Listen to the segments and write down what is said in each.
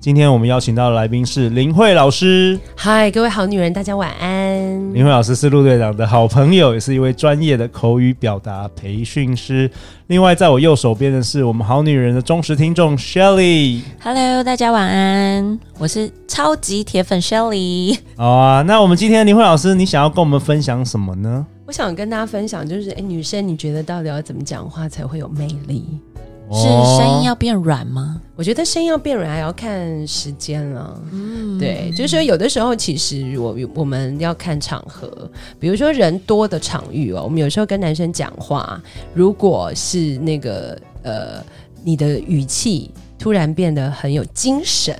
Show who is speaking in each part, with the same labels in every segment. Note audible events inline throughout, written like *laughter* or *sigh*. Speaker 1: 今天我们邀请到的来宾是林慧老师。
Speaker 2: 嗨，各位好女人，大家晚安。
Speaker 1: 林慧老师是陆队长的好朋友，也是一位专业的口语表达培训师。另外，在我右手边的是我们好女人的忠实听众 Shelly。
Speaker 3: Hello，大家晚安，我是超级铁粉 Shelly。
Speaker 1: 好啊，那我们今天林慧老师，你想要跟我们分享什么呢？
Speaker 2: 我想跟大家分享，就是哎、诶女生你觉得到底要怎么讲话才会有魅力？
Speaker 1: 哦
Speaker 3: 是声音要变软吗？
Speaker 2: 我觉得声音要变软，还要看时间了。
Speaker 1: 嗯
Speaker 2: 对，就是说有的时候其实我我们要看场合，比如说人多的场域哦，我们有时候跟男生讲话，如果是那个呃你的语气突然变得很有精神，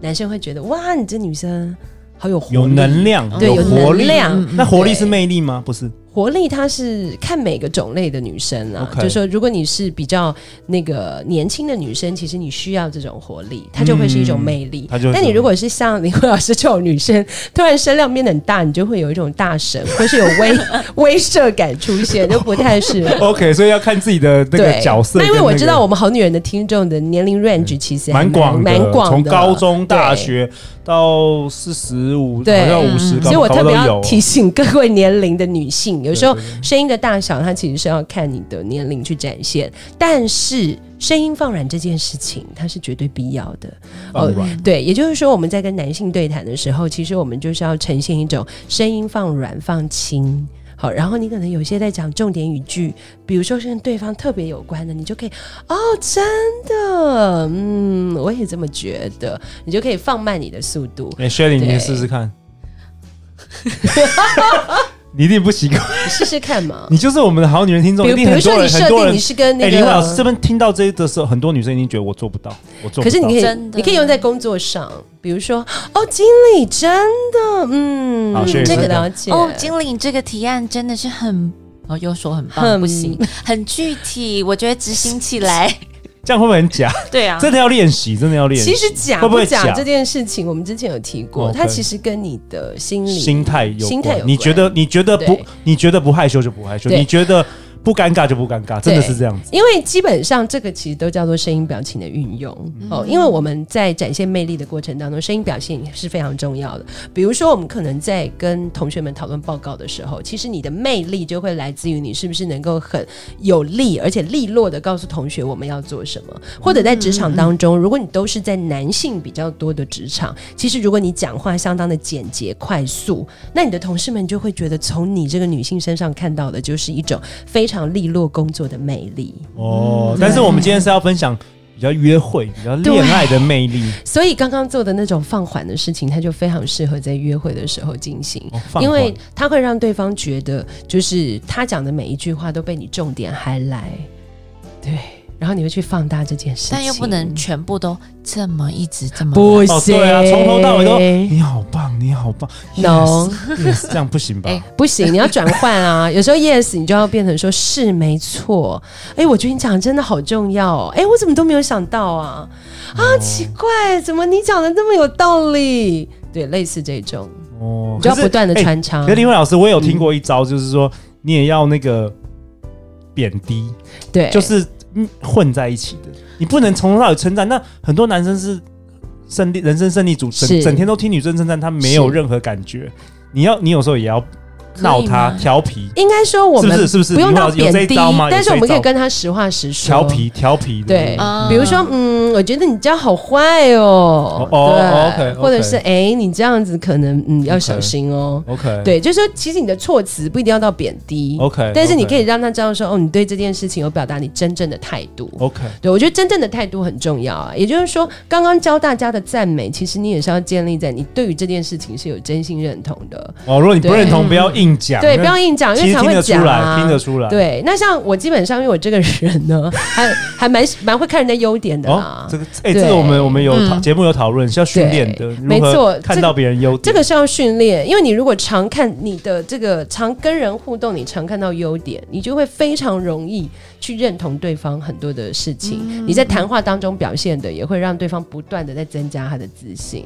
Speaker 2: 男生会觉得哇，你这女生好有活力
Speaker 1: 嗯有能量，
Speaker 2: 对，有
Speaker 1: 活
Speaker 2: 能
Speaker 1: 力。嗯
Speaker 2: 量。嗯
Speaker 1: 那活力是魅力吗？不是，
Speaker 2: 活力它是看每个种类的女生啊
Speaker 1: OK
Speaker 2: 就说如果你是比较那个年轻的女生，其实你需要这种活力，它就会是一种魅力。
Speaker 1: 它就
Speaker 2: 但你如果是像林慧老师这种女生，突然声量变得很大，你就会有一种
Speaker 1: *laughs*
Speaker 2: 大神或是有威 *laughs* 威慑感出现，就不太适合。
Speaker 1: OK，所以要看自己的那个
Speaker 2: 对
Speaker 1: 角色
Speaker 2: 那
Speaker 1: 跟那
Speaker 2: 因
Speaker 1: 个。嗯
Speaker 2: 为我知道我们好女人的听众的年龄 range 其实还
Speaker 1: 蛮广的，
Speaker 2: 蛮广
Speaker 1: 从
Speaker 2: 的
Speaker 1: 高中、大。
Speaker 2: 对
Speaker 1: 学到四十五，好
Speaker 2: 对嗯
Speaker 1: 像五十，
Speaker 2: 所以我
Speaker 1: 搞不好
Speaker 2: 特别
Speaker 1: 都
Speaker 2: 要
Speaker 1: 有
Speaker 2: 提醒各位年龄的女性，有时候
Speaker 1: 对对对
Speaker 2: 声音的大小，它其实是要看你的年龄去展现。但是声音放软这件事情，它是绝对必要的。哦
Speaker 1: 放软
Speaker 2: 对，也就是说，我们在跟男性对谈的时候，其实我们就是要呈现一种声音放软、放轻。好，然后你可能有些在讲重点语句，比如说是跟对方特别有关的，你就可以哦，真的，嗯，我也这么觉得，你就可以放慢你的速度。
Speaker 1: 哎、s h e l l y 你先
Speaker 2: 对
Speaker 1: 试试看， *laughs* 你一定不习惯。
Speaker 2: 你试试看
Speaker 1: *laughs*
Speaker 2: 嘛。
Speaker 1: 你就是我们的好女人听众，
Speaker 2: 比
Speaker 1: 一
Speaker 2: 如比
Speaker 1: 定很
Speaker 2: 如
Speaker 1: 多
Speaker 2: 说你
Speaker 1: 人，很
Speaker 2: 设
Speaker 1: 多
Speaker 2: 定
Speaker 1: 人
Speaker 2: 你。是跟
Speaker 1: 哎，
Speaker 2: 那
Speaker 1: 林慧
Speaker 2: 个，
Speaker 1: 老师这边听到这的时候，很多女生已经觉得我做不到，我做不到。
Speaker 2: 可是你可以
Speaker 3: 真的
Speaker 2: 你可以用在工作上，比如说哦，经理真的，嗯
Speaker 1: 好，谢谢
Speaker 2: 这个
Speaker 1: 谢谢
Speaker 2: 了解
Speaker 3: 哦，经理，你这个提案真的是很，哦，又说很棒，
Speaker 2: 很
Speaker 3: 不行，很具体，我觉得执行起来，
Speaker 1: 这样会不会很假？
Speaker 3: *laughs* 对啊，
Speaker 1: 真的要练习，真的要练习。
Speaker 2: 其实假
Speaker 1: 会不
Speaker 2: 不
Speaker 1: 会
Speaker 2: 假
Speaker 1: 假
Speaker 2: 这件事情，我们之前有提过，
Speaker 1: OK
Speaker 2: 它其实跟你的心理
Speaker 1: 心态有关，
Speaker 2: 心态有关
Speaker 1: 你觉得你觉得不
Speaker 2: 对，
Speaker 1: 你觉得不害羞就不害羞，
Speaker 2: 对
Speaker 1: 你觉得不尴尬就不尴尬，真的是这样子。
Speaker 2: 因为基本上这个其实都叫做声音表情的运用、哦，因为我们在展现魅力的过程当中，声音表现也是非常重要的。比如说，我们可能在跟同学们讨论报告的时候，其实你的魅力就会来自于你是不是能够很有力而且利落的告诉同学我们要做什么，或者在职场当中，如果你都是在男性比较多的职场，其实如果你讲话相当的简洁快速，那你的同事们就会觉得从你这个女性身上看到的就是一种非常利落工作的魅力。
Speaker 1: 哦，但是我们今天是要分享比较约会、比较恋爱的魅力，
Speaker 2: 所以刚刚做的那种放缓的事情，它就非常适合在约会的时候进行。
Speaker 1: 哦放
Speaker 2: 因为
Speaker 1: 缓
Speaker 2: 它会让对方觉得，就是他讲的每一句话都被你重点 highlight，对，然后你会去放大这件事情，
Speaker 3: 但又不能全部都这么一直这么
Speaker 2: 不
Speaker 3: 软
Speaker 1: 哦，
Speaker 2: 行，
Speaker 1: 对啊，从头到尾都你好棒，你好棒
Speaker 2: No
Speaker 1: yes,
Speaker 2: *laughs*
Speaker 1: yes, 这样不行吧？
Speaker 3: 哎
Speaker 2: 不行，你要转换
Speaker 1: *laughs*
Speaker 2: 啊！有时候 yes，你就要变成说是没错。哎、我觉得你讲的真的好重要、哦。哎、我怎么都没有想到啊！
Speaker 1: 哦
Speaker 2: 啊，奇怪，怎么你讲的那么有道理？对，类似这种，
Speaker 1: 哦
Speaker 2: 你就要
Speaker 1: 可是
Speaker 2: 不断的啊
Speaker 1: 哎
Speaker 2: 穿插。
Speaker 1: 可是林慧老师，我有听过一招，就是说你也要那个贬低，
Speaker 2: 对，
Speaker 1: 就是嗯混在一起的，你不能从头到尾称赞。那很多男生是胜利人生胜利组，整
Speaker 2: 是
Speaker 1: 整天都听女生称赞，他没有任何感觉。你要你有时候也要
Speaker 3: 可以吗
Speaker 1: 闹他调皮，
Speaker 2: 应该说我
Speaker 1: 是不
Speaker 2: 们
Speaker 1: 是？是不是？
Speaker 2: 不用
Speaker 1: 林慧
Speaker 2: 到
Speaker 1: 老师有
Speaker 2: 贬
Speaker 1: 这一
Speaker 2: 低，
Speaker 1: 招吗？有
Speaker 2: 但是我们
Speaker 1: 这
Speaker 2: 可
Speaker 1: 一
Speaker 2: 以
Speaker 1: 招
Speaker 2: 跟他实话实说。
Speaker 1: 调皮调皮的
Speaker 2: 对
Speaker 3: 啊
Speaker 2: 比如说，嗯，我觉得你这样好坏哦
Speaker 1: 哦，哦
Speaker 2: 对
Speaker 1: OK，OK
Speaker 2: 或者是哎、你这样子可能嗯要小心哦
Speaker 1: OK
Speaker 2: 对，就是说，其实你的措辞不一定要到贬低
Speaker 1: OK，
Speaker 2: 但是你可以
Speaker 1: OK
Speaker 2: 让他知道说，哦，你对这件事情有表达你真正的态度。
Speaker 1: OK
Speaker 2: 对，我觉得真正的态度很重要啊。也就是说，刚刚教大家的赞美，其实你也是要建立在你对于这件事情是有真心认同的。
Speaker 1: 哦，如果你不
Speaker 2: 对
Speaker 1: 认同，不要硬硬讲，
Speaker 2: 对，
Speaker 1: 那
Speaker 2: 不要硬讲，因
Speaker 1: 其
Speaker 2: 为
Speaker 1: 实
Speaker 2: 常
Speaker 1: 听
Speaker 2: 会
Speaker 1: 得出
Speaker 2: 讲
Speaker 1: 来，
Speaker 2: 啊，
Speaker 1: 听得出来。
Speaker 2: 对，那像我基本上，因为我这个人呢，还还蛮蛮会看人家优点的啊
Speaker 1: 哦
Speaker 2: 啦，。
Speaker 1: 这个哎，
Speaker 2: 对
Speaker 1: 这个我们我们有讨
Speaker 3: 嗯
Speaker 1: 节目有讨论是要训练的，
Speaker 2: 对
Speaker 1: 如何
Speaker 2: 没错
Speaker 1: 看到别人优点，
Speaker 2: 这个是要训练，因为你如果常看你的这个常跟人互动，你常看到优点，你就会非常容易去认同对方很多的事情。你在谈话当中表现的，也会让对方不断的在增加他的自信。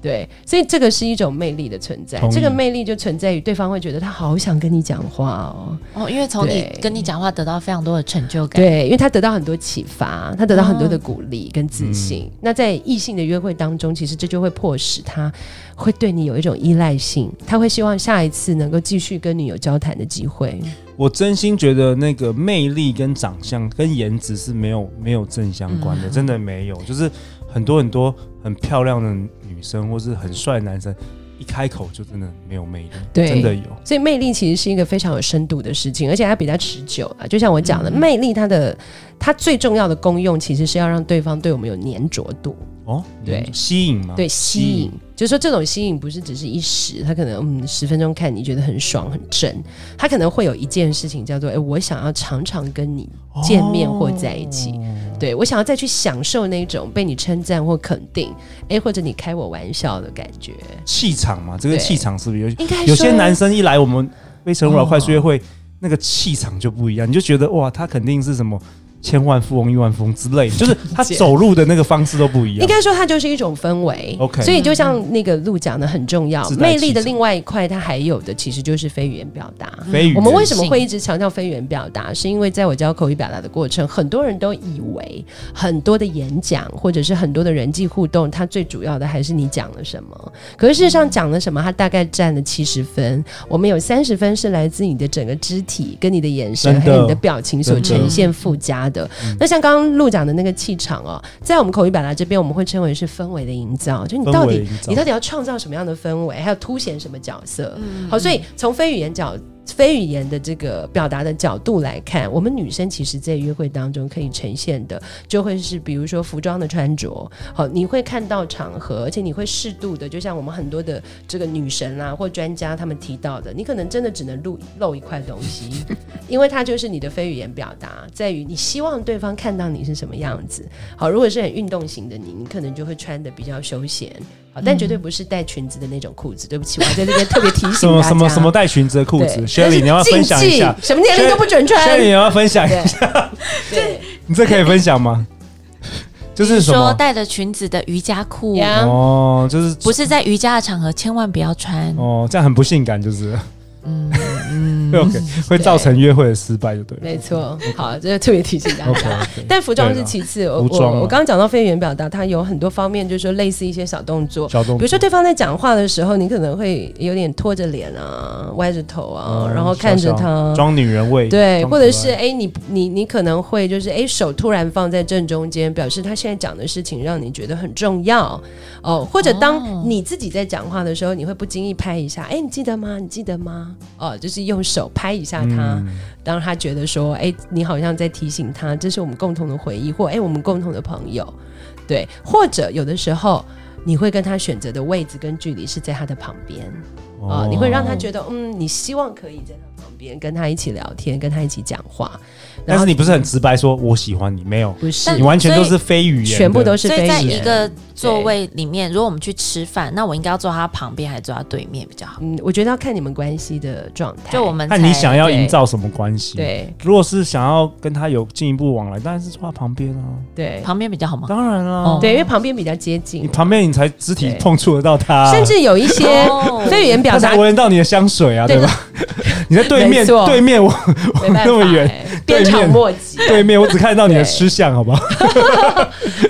Speaker 2: 对，所以这个是一种魅力的存在
Speaker 1: 同意。
Speaker 2: 这个魅力就存在于对方会觉得他好想跟你讲话哦，
Speaker 3: 哦，因为从你
Speaker 2: 对
Speaker 3: 跟你讲话得到非常多的成就感，
Speaker 2: 对，因为他得到很多启发，他得到很多的鼓励跟自信。那在异性的约会当中，其实这就会迫使他会对你有一种依赖性，他会希望下一次能够继续跟你有交谈的机会。
Speaker 1: 我真心觉得那个魅力跟长相跟颜值是没有没有正相关
Speaker 2: 嗯
Speaker 1: 的，真的没有。就是很多很多很漂亮的女生或是很帅的男生，一开口就真的没有魅力，
Speaker 2: 对
Speaker 1: 真的有。
Speaker 2: 所以魅力其实是一个非常有深度的事情，而且它比较持久啊。就像我讲的，魅力它的它最重要的功用其实是要让对方对我们有粘着度，
Speaker 1: 哦，
Speaker 2: 对
Speaker 1: 嗯吸引嘛，
Speaker 2: 对啊吸引，就是说这种吸引不是只是一时，他可能嗯十分钟看你觉得很爽很正，他可能会有一件事情叫做哎、我想要常常跟你
Speaker 1: 哦
Speaker 2: 见面或在一起，对我想要再去享受那种被你称赞或肯定，哎、或者你开我玩笑的感觉，
Speaker 1: 气场嘛，这个
Speaker 2: 对
Speaker 1: 气场是不是有
Speaker 2: 应该
Speaker 1: 有些
Speaker 2: 说
Speaker 1: 男生一来我们非诚勿扰
Speaker 2: 哦
Speaker 1: 快速约会，那个气场就不一样，你就觉得哇，他肯定是什么千万富翁、亿万富翁之类的，就是他
Speaker 2: 解
Speaker 1: 走路的那个方式都不一样。
Speaker 2: 应该说它就是一种氛围。
Speaker 1: OK
Speaker 2: 所以就像那个路讲的很重要，
Speaker 1: 自带
Speaker 2: 魅力的
Speaker 1: 气质
Speaker 2: 另外一块，它还有的其实就是非语言表达。
Speaker 1: 非语
Speaker 2: 我们
Speaker 1: 言
Speaker 2: 为什么会一直强调非语言表达？是因为在我教口语表达的过程，很多人都以为很多的演讲或者是很多的人际互动，它最主要的还是你讲了什么。可是事实上讲了什么，它大概占了七十分。我们有三十分是来自你的整个肢体、跟你的眼神
Speaker 1: 真
Speaker 2: 还
Speaker 1: 的
Speaker 2: 有你的表情所呈现附加
Speaker 1: 嗯
Speaker 2: 的。那像刚刚陆讲的那个气场哦，在我们口语表达这边，我们会称为是氛围的营造，就你
Speaker 1: 氛
Speaker 2: 到
Speaker 1: 围
Speaker 2: 底
Speaker 1: 营造
Speaker 2: 你到底要创造什么样的氛围，还有凸显什么角色。好，所以从非语言角。非语言的这个表达的角度来看，我们女生其实在约会当中可以呈现的，就会是比如说服装的穿着，好，你会看到场合，而且你会适度的，就像我们很多的这个女神啊或专家他们提到的，你可能真的只能露露一块东西，
Speaker 1: *laughs*
Speaker 2: 因为它就是你的非语言表达，在于你希望对方看到你是什么样子。好，如果是很运动型的你，你可能就会穿的比较休闲，好，
Speaker 1: 嗯
Speaker 2: 但绝对不是带裙子的那种裤子。对不起，我在这边特别提
Speaker 1: *laughs* 什
Speaker 2: 醒大
Speaker 1: 么
Speaker 2: 家。
Speaker 1: 什么什么带裙子的裤
Speaker 2: 对
Speaker 1: 子
Speaker 2: 但是
Speaker 1: ，Shelly 你要不要分
Speaker 2: 禁
Speaker 1: 享一
Speaker 2: 忌
Speaker 1: 下
Speaker 2: 什么年龄都不准穿
Speaker 1: *laughs* ，Shelly。你要不要分享一
Speaker 2: 对
Speaker 1: 下，
Speaker 2: 对
Speaker 1: 你这可以分享
Speaker 2: *laughs*
Speaker 1: 吗？就是什
Speaker 3: 说
Speaker 1: 么
Speaker 3: 带着裙子的瑜伽裤，
Speaker 2: 呀
Speaker 1: 哦，就是
Speaker 3: 不是在瑜伽的场合千万不要穿。
Speaker 1: 哦，这样很不性感，就是嗯 *laughs* ，OK，会造成约会的失败，就对了。
Speaker 2: 没错，好，这就特别提醒大
Speaker 1: OK，
Speaker 2: 家。但服装
Speaker 1: 对
Speaker 2: 是
Speaker 1: 啦
Speaker 2: 其次，我
Speaker 1: 服装啊
Speaker 2: 我我刚刚讲到非语言表达，它有很多方面，就是说类似一些小动作，
Speaker 1: 小动作，
Speaker 2: 比如说对方在讲话的时候，你可能会有点拖着脸啊，歪着头啊，
Speaker 1: 嗯
Speaker 2: 然后看着
Speaker 1: 小小
Speaker 2: 他，
Speaker 1: 装女人味，
Speaker 2: 对，
Speaker 1: 装
Speaker 2: 或者
Speaker 1: 可
Speaker 2: 是
Speaker 1: 爱
Speaker 2: 哎，你你你可能会就是哎，手突然放在正中间，表示他现在讲的事情让你觉得很重要哦。或者
Speaker 3: 哦
Speaker 2: 当你自己在讲话的时候，你会不经意拍一下，哎，你记得吗？你记得吗？哦，就是用手拍一下他，
Speaker 1: 嗯
Speaker 2: 当他觉得说，哎，你好像在提醒他，这是我们共同的回忆，或哎，我们共同的朋友，对，或者有的时候。你会跟他选择的位置跟距离是在他的旁边啊、
Speaker 1: 哦
Speaker 2: 你会让他觉得，嗯，你希望可以在他旁边跟他一起聊天，跟他一起讲话，然
Speaker 1: 但
Speaker 2: 后
Speaker 1: 是你不是很直白说我喜欢你，没有，
Speaker 2: 不是
Speaker 1: 你完全都是非语言的，
Speaker 2: 全部都是
Speaker 3: 所以
Speaker 2: 非
Speaker 3: 在
Speaker 2: 语
Speaker 3: 一
Speaker 2: 言
Speaker 3: 个座位里面，如果我们去吃饭，那我应该要坐他旁边还是坐他对面比较好？
Speaker 2: 嗯，我觉得要看你们关系的状态，
Speaker 3: 就我们
Speaker 1: 看你
Speaker 3: 才
Speaker 1: 想要营造什么关系。，
Speaker 2: 对
Speaker 1: 如果是想要跟他有进一步往来，当然是坐他旁边啊，
Speaker 2: 对
Speaker 3: 旁边比较好吗？
Speaker 1: 当然啦、
Speaker 3: 哦
Speaker 2: 对，因为旁边比较接近
Speaker 1: 你，旁边你才肢体
Speaker 2: 对
Speaker 1: 碰触得到他、啊
Speaker 2: 甚至有一些
Speaker 3: 哦
Speaker 2: 非语言表
Speaker 1: 他才
Speaker 2: 达
Speaker 1: 闻得到你的香水啊，
Speaker 2: 对
Speaker 1: 对吧？ *laughs* 你在对面，
Speaker 2: 没错
Speaker 1: 对面我
Speaker 2: 没办
Speaker 1: 那么
Speaker 2: 法
Speaker 1: 远
Speaker 2: 哎，鞭
Speaker 1: 对
Speaker 2: 长
Speaker 1: 面
Speaker 2: 莫及。
Speaker 1: 对面我只看到你的
Speaker 2: 对
Speaker 1: 吃相，好不好？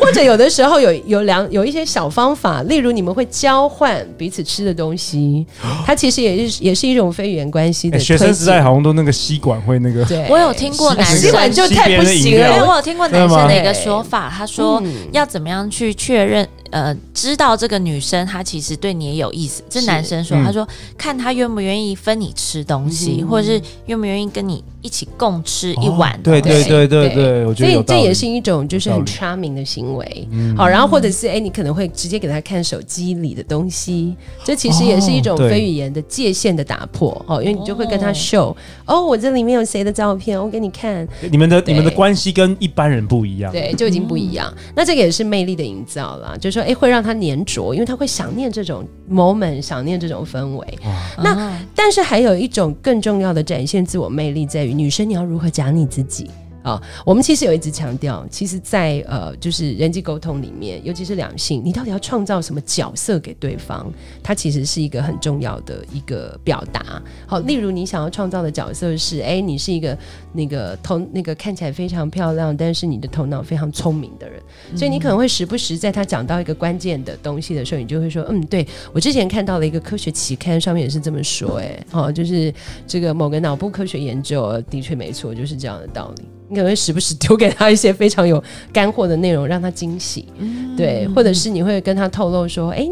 Speaker 2: 或者有的时候有有两有一些小方法，例如你们会交换彼此吃的
Speaker 1: *gasps*
Speaker 2: 东西，它其实也是也是一种非语言关系的
Speaker 1: 哎
Speaker 2: 推
Speaker 1: 学
Speaker 2: 进、
Speaker 1: 生时代好像都那个吸管会那个，
Speaker 2: 对，
Speaker 3: 我有听过男
Speaker 1: 吸
Speaker 2: 吸
Speaker 3: 生
Speaker 2: 管就太
Speaker 1: 吸别人
Speaker 2: 不
Speaker 1: 的饮
Speaker 2: 行
Speaker 1: 料
Speaker 3: 因为
Speaker 2: 了。
Speaker 3: 我有听过男生
Speaker 1: 真的
Speaker 3: 的
Speaker 1: 吗
Speaker 3: 一个说法，他说
Speaker 2: 嗯
Speaker 3: 要怎么样去确认，呃知道这个女生她其实对你也有意思，这
Speaker 2: 是
Speaker 3: 男生说、
Speaker 1: 嗯
Speaker 3: 他说看她愿不愿意分你吃东西，
Speaker 2: 嗯哼
Speaker 3: 或者是愿不愿意跟你一起共吃一碗
Speaker 1: 哦
Speaker 3: 东西、
Speaker 1: 对对对对
Speaker 2: 对
Speaker 1: 对，我觉
Speaker 2: 所
Speaker 1: 得有
Speaker 2: 以
Speaker 1: 道
Speaker 2: 这
Speaker 1: 理
Speaker 2: 也是一种就是
Speaker 1: 有
Speaker 2: 很
Speaker 1: 道
Speaker 2: charming 的行为。
Speaker 1: 嗯
Speaker 2: 好，然后或者是哎，你可能会直接给他看手机里的东西，这其实也是一种
Speaker 1: 哦对
Speaker 2: 非语言的界限的打破哦，因为你就会跟他秀哦，我这里面有谁的照片，我给你看，
Speaker 1: 你们的你
Speaker 2: 对
Speaker 1: 们的关系跟一般人不一样，
Speaker 2: 对，就已经不一样。那这个也是魅力的营造啦，就是说哎，会让他粘着，因为他会想念这种 moment，想念这种氛围。那
Speaker 3: 啊
Speaker 2: 但是还有一种更重要的展现自我魅力，在于女生你要如何讲你自己。啊、我们其实有一直强调，其实在，呃，就是人际沟通里面，尤其是两性，你到底要创造什么角色给对方，它其实是一个很重要的一个表达。好，例如你想要创造的角色是，哎，你是一个那个头那个看起来非常漂亮，但是你的头脑非常聪明的人，所以你可能会时不时在他讲到一个关键的东西的时候，你就会说，嗯，对我之前看到了一个科学期刊，上面也是这么说、哎，哦，就是这个某个脑部科学研究，的确没错，就是这样的道理。你可能会时不时丢给他一些非常有干货的内容，让他惊喜，对，或者是你会跟他透露说，哎、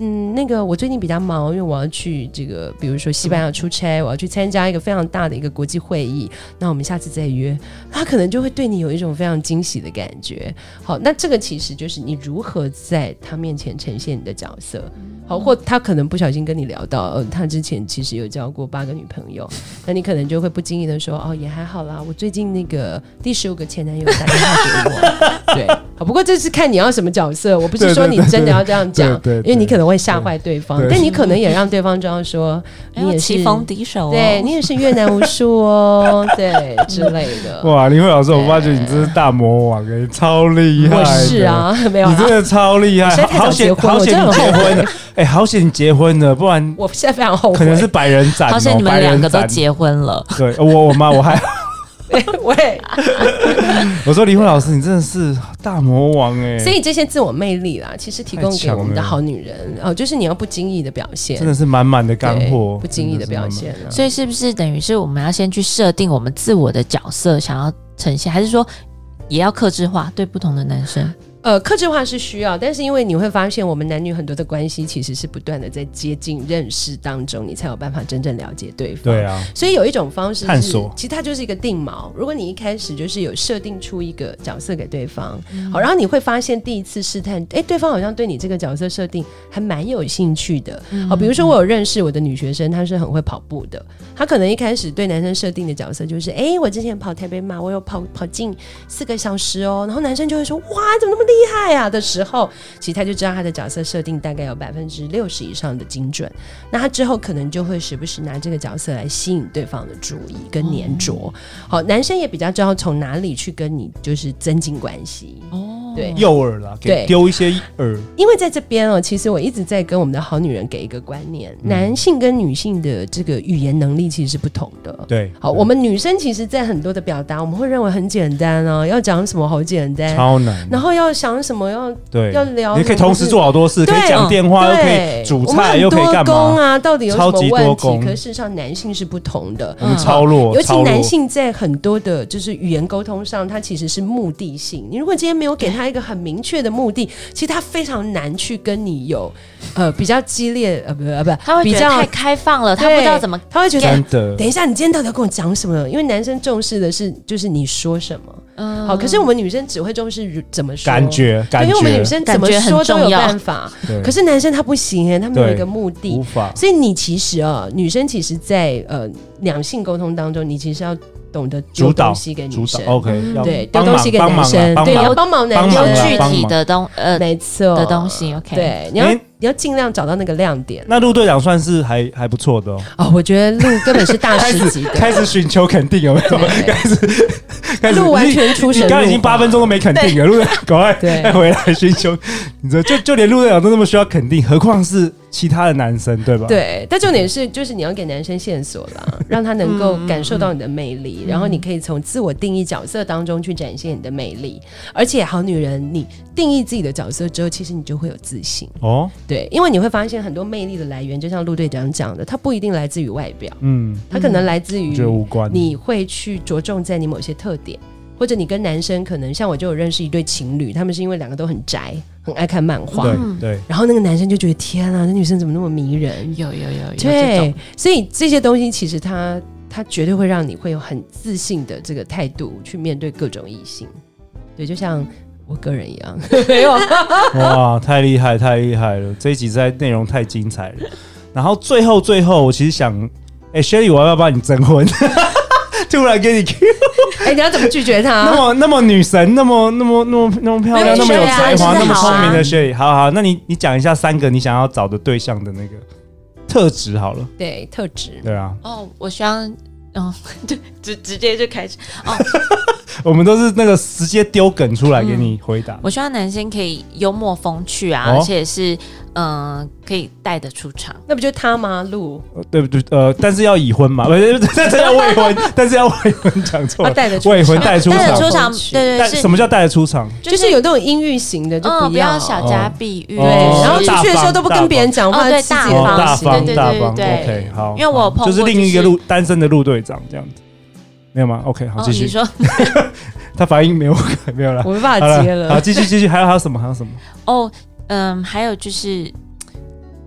Speaker 2: 嗯，那个我最近比较忙，因为我要去这个，比如说西班牙出差，我要去参加一个非常大的一个国际会议，那我们下次再约。他可能就会对你有一种非常惊喜的感觉。好，那这个其实就是你如何在他面前呈现你的角色。好，或他可能不小心跟你聊到，呃，他之前其实有交过八个女朋友，那你可能就会不经意的说，哦，也还好啦，我最近那个第十五个前男友打电话给我，对，好，不过这是看你要什么角色，我不是说你真的要这样讲，
Speaker 1: 对对对对
Speaker 2: 因为你可能会吓坏对方
Speaker 1: 对，
Speaker 2: 但你可能也让对方知道说，
Speaker 3: 哎
Speaker 2: 你也
Speaker 3: 呦
Speaker 2: 是
Speaker 3: 棋逢敌手、哦，
Speaker 2: 对你也是越南无数哦，
Speaker 3: *laughs*
Speaker 2: 对之类的，
Speaker 1: 哇，林慧老师，我发觉你真是大魔王哎、超厉害！
Speaker 2: 我是，啊， *laughs* 没有
Speaker 1: 你真
Speaker 2: 啦，
Speaker 1: 的超厉害
Speaker 2: 我现，在太早
Speaker 1: 好
Speaker 2: 结
Speaker 1: 险
Speaker 2: 婚
Speaker 1: 好
Speaker 2: 我
Speaker 1: 险
Speaker 2: 真
Speaker 1: 你
Speaker 2: 的
Speaker 1: 结
Speaker 2: 很后
Speaker 1: 婚了，哎、好险你结婚了，不然
Speaker 2: 我现在非常后悔，
Speaker 1: 可能
Speaker 2: *laughs*
Speaker 1: 是百人斩、哦，
Speaker 3: 好像你们
Speaker 1: 百人
Speaker 3: 两个都
Speaker 1: 斩。
Speaker 3: 结婚了，
Speaker 1: 对，呃我我妈我还 *laughs*
Speaker 3: *laughs*
Speaker 2: 喂。
Speaker 1: 我说林慧老师，你真的是大魔王哎、
Speaker 2: 所以这些自我魅力啦，其实提供给我
Speaker 1: 太强
Speaker 2: 们
Speaker 1: 了
Speaker 2: 的好女人哦，就是你要不经意的表现，
Speaker 1: 真的是满满的干
Speaker 2: 对
Speaker 1: 货，
Speaker 2: 不经意的
Speaker 1: 真是满
Speaker 2: 表
Speaker 1: 满。
Speaker 2: 现啊了。
Speaker 3: 所以是不是等于是我们要先去设定我们自我的角色，想要呈现，还是说也要克制化对不同的男生？
Speaker 2: 呃，克制化是需要，但是因为你会发现，我们男女很多的关系其实是不断的在接近认识当中，你才有办法真正了解对方。
Speaker 1: 对啊，
Speaker 2: 所以有一种方式是
Speaker 1: 探索
Speaker 2: 其实它就是一个定锚。如果你一开始就是有设定出一个角色给对方，好，然后你会发现第一次试探，哎，对方好像对你这个角色设定还蛮有兴趣的。好，比如说我有认识我的女学生，她是很会跑步的，她可能一开始对男生设定的角色就是，哎，我之前跑台北马，我有跑跑进四个小时哦，然后男生就会说，哇，怎么那么厉害啊的时候，其实他就知道他的角色设定大概有百分之六十以上的精准。那他之后可能就会时不时拿这个角色来吸引对方的注意跟粘着。好，男生也比较知道从哪里去跟你就是增进关系。
Speaker 3: 哦
Speaker 2: 对
Speaker 1: 诱饵啦，给
Speaker 2: 对
Speaker 1: 丢一些饵，
Speaker 2: 因为在这边哦，其实我一直在跟我们的好女人给一个观念，男性跟女性的这个语言能力其实是不同的。
Speaker 1: 对，
Speaker 2: 好，我们女生其实，在很多的表达，我们会认为很简单哦，要讲什么好简单，
Speaker 1: 超难，
Speaker 2: 然后要想什么要
Speaker 1: 对，
Speaker 2: 要聊，
Speaker 1: 你可以同时做好多事，可
Speaker 2: 对嗯
Speaker 1: 以讲电话，又可
Speaker 2: 对，
Speaker 1: 以煮
Speaker 2: 我们
Speaker 1: 菜，
Speaker 2: 很
Speaker 1: 又可以
Speaker 2: 多
Speaker 1: 干
Speaker 2: 工
Speaker 1: 嘛？
Speaker 2: 啊，到底有什
Speaker 1: 超级
Speaker 2: 么
Speaker 1: 多
Speaker 2: 问题？
Speaker 1: 工
Speaker 2: 可是事实上，男性是不同的。
Speaker 1: 我们
Speaker 3: 嗯
Speaker 1: 超弱，
Speaker 2: 尤其
Speaker 1: 超弱
Speaker 2: 男性在很多的，就是语言沟通上，他其实是目的性。你如果今天没有给他一个很明确的目的，其实他非常难去跟你有呃比较激烈呃不呃不，
Speaker 3: 他会
Speaker 2: 比
Speaker 3: 觉得
Speaker 2: 较
Speaker 3: 太开放了，他
Speaker 2: 对
Speaker 3: 不知道怎么。
Speaker 2: 他会觉得
Speaker 1: 真。的
Speaker 2: 等一下，你今天到底要跟我讲什么？因为男生重视的是就是你说什么，
Speaker 3: 嗯
Speaker 2: 好，可是我们女生只会重视如怎么说，
Speaker 1: 感觉
Speaker 2: 对，
Speaker 1: 感
Speaker 2: 因为我们女
Speaker 1: 觉，
Speaker 2: 生怎么
Speaker 3: 感觉很
Speaker 2: 说都有
Speaker 3: 重要
Speaker 2: 办法，
Speaker 1: 对
Speaker 2: 可是男生他不行欸耶，他没有
Speaker 1: 对
Speaker 2: 一个目的
Speaker 1: 无，法
Speaker 2: 所以你其实啊、女生其实在，呃两性沟通当中，你其实要懂得丢
Speaker 1: 主导
Speaker 2: 东西给
Speaker 1: 主导
Speaker 2: 女生，嗯
Speaker 1: ，OK，要
Speaker 2: 对，丢
Speaker 1: 帮
Speaker 2: 东
Speaker 1: 忙
Speaker 2: 西给
Speaker 1: 帮
Speaker 2: 男
Speaker 1: 忙啊啦
Speaker 2: 生，
Speaker 1: 帮
Speaker 2: 对，你要
Speaker 1: 忙，
Speaker 2: 帮忙男
Speaker 1: 帮忙啊啦
Speaker 3: 有
Speaker 2: 生，
Speaker 3: 具体的东呃
Speaker 2: 没错
Speaker 3: 的东，西，OK，，
Speaker 2: 对，你要、
Speaker 1: 哎
Speaker 2: 你要尽量找到那个亮点
Speaker 1: 那陆队长算是还还不错
Speaker 2: *laughs*
Speaker 1: 的哦，
Speaker 2: 哦。我觉得路根本是大师级的，
Speaker 1: *laughs* 开始寻求肯定有没有？
Speaker 2: 对
Speaker 1: 开始 *laughs* 开始
Speaker 2: 路完
Speaker 1: 你
Speaker 2: 全出神
Speaker 1: 你
Speaker 2: 入化，
Speaker 1: 刚刚已经八分钟都没肯定了，陆队长，赶快
Speaker 2: 对
Speaker 1: 再 *laughs* 回来寻求，你知道，就就连陆队长都那么需要肯定，何况是其他的男生，对吧？，
Speaker 2: 对，但重点是，就是你要给男生线索
Speaker 1: *laughs*
Speaker 2: 啦，让他能够感受到你的魅
Speaker 1: 嗯
Speaker 2: 力，然后你可以从自我定义角色当中去展现你的魅力。而且，好女人，你定义自己的角色之后，其实你就会有自信。
Speaker 1: 哦，
Speaker 2: 对，因为你会发现很多魅力的来源，就像陆队长讲的，它不一定来自于外表，
Speaker 1: 嗯，
Speaker 2: 它可能来自
Speaker 1: 我
Speaker 2: 于
Speaker 1: 觉得无关，
Speaker 2: 你会去着重在你某些特点，或者你跟男生可能像我就有认识一对情侣，他们是因为两个都很宅，很爱看漫画，
Speaker 1: 对对，
Speaker 2: 然后那个男生就觉得天啊，那女生怎么那么迷人？
Speaker 3: 有有有有这
Speaker 2: 对
Speaker 3: 种，，
Speaker 2: 所以这些东西其实它它绝对会让你会有很自信的这个态度去面对各种异性。对，就像我个人一样，
Speaker 1: *laughs*
Speaker 3: *laughs*
Speaker 2: 没有
Speaker 1: 哇，太厉害，太厉害了！这一集实在内容太精彩了。然后最后最后，我其实想，哎、s h e r r y 我要不要帮你征婚？ *laughs* 突然给你 Q，、
Speaker 2: 哎、你要怎么拒绝
Speaker 1: *laughs* 那
Speaker 2: 他？
Speaker 1: 么那么女神，那么那么那么那么漂亮，
Speaker 3: 啊没
Speaker 1: 那
Speaker 3: 有
Speaker 1: 么有
Speaker 3: Sherry
Speaker 1: 才
Speaker 3: 啊
Speaker 1: 华，
Speaker 3: 就是
Speaker 1: 那么
Speaker 3: 好啊
Speaker 1: 聪明的 Sherry，好好，那你你讲一下三个你想要找的对象的那个特质好了，
Speaker 2: 对，特质。
Speaker 1: 对啊，
Speaker 3: 哦，我希望。嗯，就直直接就开始。
Speaker 1: 我们都是那个直接丢梗出来给你回答。
Speaker 3: 我希望男生可以幽默风趣啊，
Speaker 1: 哦
Speaker 3: 而且是嗯、可以带得出场。
Speaker 2: 那不就他吗？路
Speaker 1: 呃对不对？呃，但是要已婚嘛，不是， *laughs* 但是要未婚，但是要未婚，讲错
Speaker 2: 他
Speaker 1: 了。
Speaker 2: 啊带的
Speaker 1: 未婚哦带出
Speaker 3: 带
Speaker 1: 场
Speaker 3: 得出场，
Speaker 1: 带
Speaker 3: 对对啊是
Speaker 1: 什，么叫带得出场？
Speaker 2: 就是有那种阴郁型的就
Speaker 3: 嗯，
Speaker 2: 不
Speaker 3: 不
Speaker 2: 要。
Speaker 3: 要小家碧玉。
Speaker 1: 哦
Speaker 2: 对，然后
Speaker 1: 就
Speaker 2: 出
Speaker 1: 是
Speaker 2: 去的时候都不跟别人讲
Speaker 3: 大
Speaker 2: 话，
Speaker 3: 方
Speaker 2: 自己
Speaker 1: 哦
Speaker 3: 方
Speaker 1: 大
Speaker 3: 式对
Speaker 1: 方
Speaker 3: 对
Speaker 1: 大
Speaker 3: 对
Speaker 1: 方
Speaker 3: 对
Speaker 1: ，OK，好。
Speaker 3: 因为我有
Speaker 1: 好
Speaker 3: 碰过
Speaker 1: 就是另一个
Speaker 3: 就是
Speaker 1: 路单身的陆队长这样子，没有吗？OK，好，
Speaker 3: 哦，
Speaker 1: 继
Speaker 3: 你
Speaker 1: 续。
Speaker 3: 说
Speaker 1: 他反应没有 *laughs* 没有了，
Speaker 2: 我没办
Speaker 1: 好
Speaker 2: 法
Speaker 1: 了
Speaker 2: 接
Speaker 1: 好，
Speaker 2: 了。
Speaker 1: 继续继续，还有还有什么？还有什么？
Speaker 3: 哦，嗯，还有就是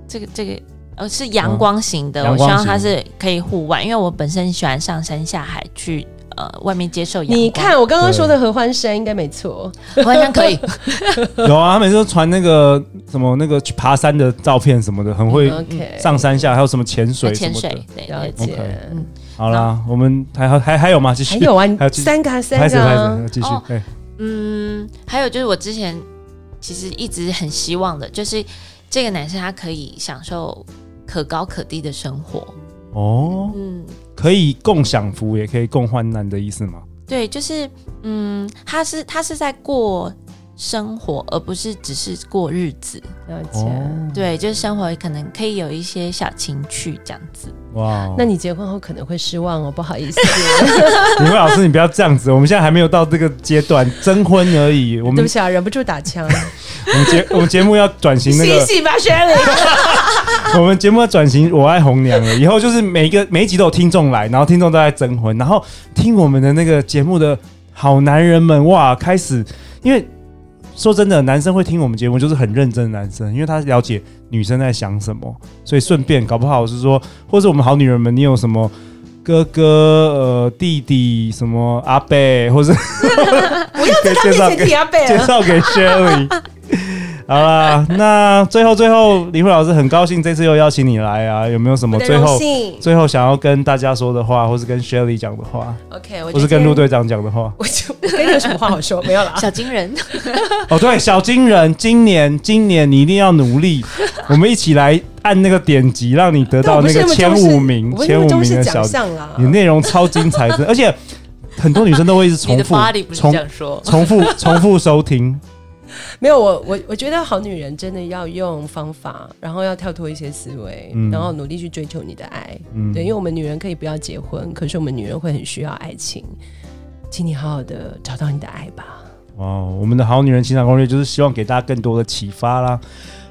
Speaker 3: 这个这个。呃，是阳光型的，
Speaker 1: 嗯
Speaker 3: 我
Speaker 1: 阳
Speaker 3: 希
Speaker 1: 光
Speaker 3: 望
Speaker 1: 型
Speaker 3: 它是可以户外，因为我本身喜欢上山下海去呃外面接受阳光。
Speaker 2: 你看，我刚刚说的合欢山应该没错，
Speaker 3: 我完全
Speaker 2: *laughs*
Speaker 3: 可以，
Speaker 1: 有啊，他每次都传那个什么那个去爬山的照片什么的，很会
Speaker 2: OK
Speaker 1: 上山下，还有什么潜水什
Speaker 3: 嗯潜
Speaker 1: 么
Speaker 3: 水嗯
Speaker 1: 的。，
Speaker 3: 对
Speaker 2: 了
Speaker 3: 对
Speaker 2: 解。
Speaker 1: OK 好啦，我们还还还还有吗？继续
Speaker 2: 还。有啊，你
Speaker 1: 还有继续
Speaker 2: 三个啊
Speaker 1: *laughs* 开
Speaker 2: 三
Speaker 1: 始
Speaker 2: 个
Speaker 1: 开
Speaker 2: 啊
Speaker 1: 始，继续
Speaker 3: 哦。
Speaker 1: 哎，
Speaker 3: 嗯，还有就是我之前其实一直很希望的，就是这个男生他可以享受可高可低的生活。
Speaker 1: 哦，
Speaker 3: 嗯，
Speaker 1: 可以共享福，也可以共患难的意思吗？
Speaker 3: 对，就是嗯，他是他是在过生活，而不是只是过日子。
Speaker 2: 了解。
Speaker 1: 哦，
Speaker 3: 对，就是生活可能可以有一些小情趣这样子。
Speaker 1: 哇哦，
Speaker 2: 那你结婚后可能会失望哦，不好意思，
Speaker 1: 李慧老师，你不要这样子，我们现在还没有到这个阶段，征婚而已。 *laughs* 我
Speaker 2: 对
Speaker 1: 们
Speaker 2: 不起啊，忍不住打枪。
Speaker 1: 我们节我们节目要转型那
Speaker 2: 醒
Speaker 1: 个，
Speaker 2: 醒吧
Speaker 1: *laughs*
Speaker 2: ，Sherry，
Speaker 1: 我们节目要转型我爱红娘了。以后就是每一个每一集都有听众来，然后听众都在征婚，然后听我们的那个节目的好男人们哇，开始因为。说真的，男生会听我们节目就是很认真的男生，因为他了解女生在想什么，所以顺便搞不好是说，或者我们好女人们，你有什么哥哥、呃弟弟、什么阿贝，或者 *laughs* 我要在
Speaker 2: 他面前提阿
Speaker 1: *laughs* *laughs*
Speaker 2: 贝
Speaker 1: 介
Speaker 2: 尔，
Speaker 1: 绍给
Speaker 2: *laughs*
Speaker 1: Sherry。好啦，那最后最后，李慧老师很高兴这次又邀请你来啊，有没有什么
Speaker 2: 我的
Speaker 1: 最
Speaker 2: 荣
Speaker 1: 后
Speaker 2: 幸。
Speaker 1: 最后想要跟大家说的话，或是跟 Sherry 讲的话，
Speaker 2: OK，我
Speaker 1: 或
Speaker 2: 就是
Speaker 1: 跟陆
Speaker 2: 今天，
Speaker 1: 队长讲的话？
Speaker 2: 我就我跟你有什么话好说？没有了啊。
Speaker 3: 小金人，
Speaker 1: 哦，对，小金人，今年今年你一定要努
Speaker 2: *laughs*
Speaker 1: 力，我们一起来按那个点击，让你得
Speaker 2: 但我
Speaker 1: *laughs* 到
Speaker 2: 不
Speaker 1: 那
Speaker 2: 是
Speaker 1: 个
Speaker 2: 么
Speaker 1: 前
Speaker 2: 重视
Speaker 1: 五名
Speaker 2: 我，不是
Speaker 1: 前
Speaker 2: 那么
Speaker 1: 五
Speaker 2: 重
Speaker 1: 名
Speaker 2: 视
Speaker 1: 的小
Speaker 2: 奖，项啊啦。
Speaker 1: 你内容超精彩
Speaker 2: *laughs*
Speaker 1: 的，而且很多女生都会一直
Speaker 3: 你
Speaker 1: 重
Speaker 3: 的
Speaker 1: 复
Speaker 3: body 不是这
Speaker 1: 重
Speaker 3: 样说。
Speaker 1: 重复重复收听。
Speaker 2: 没有我我我觉得好女人真的要用方法，然后要跳脱一些思维，
Speaker 1: 嗯
Speaker 2: 然后努力去追求你的爱。
Speaker 1: 嗯，
Speaker 2: 对，因为我们女人可以不要结婚，可是我们女人会很需要爱情，请你好好的找到你的爱吧。
Speaker 1: 哦，我们的好女人情感攻略就是希望给大家更多的启发啦。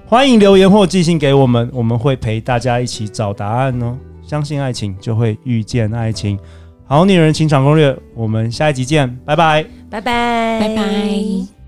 Speaker 1: 欢迎留言或寄信给我们，我们会陪大家一起找答案哦。相信爱情，就会遇见爱情。好女人情场攻略，我们下一集见，拜拜。
Speaker 2: 拜拜，
Speaker 3: 拜拜。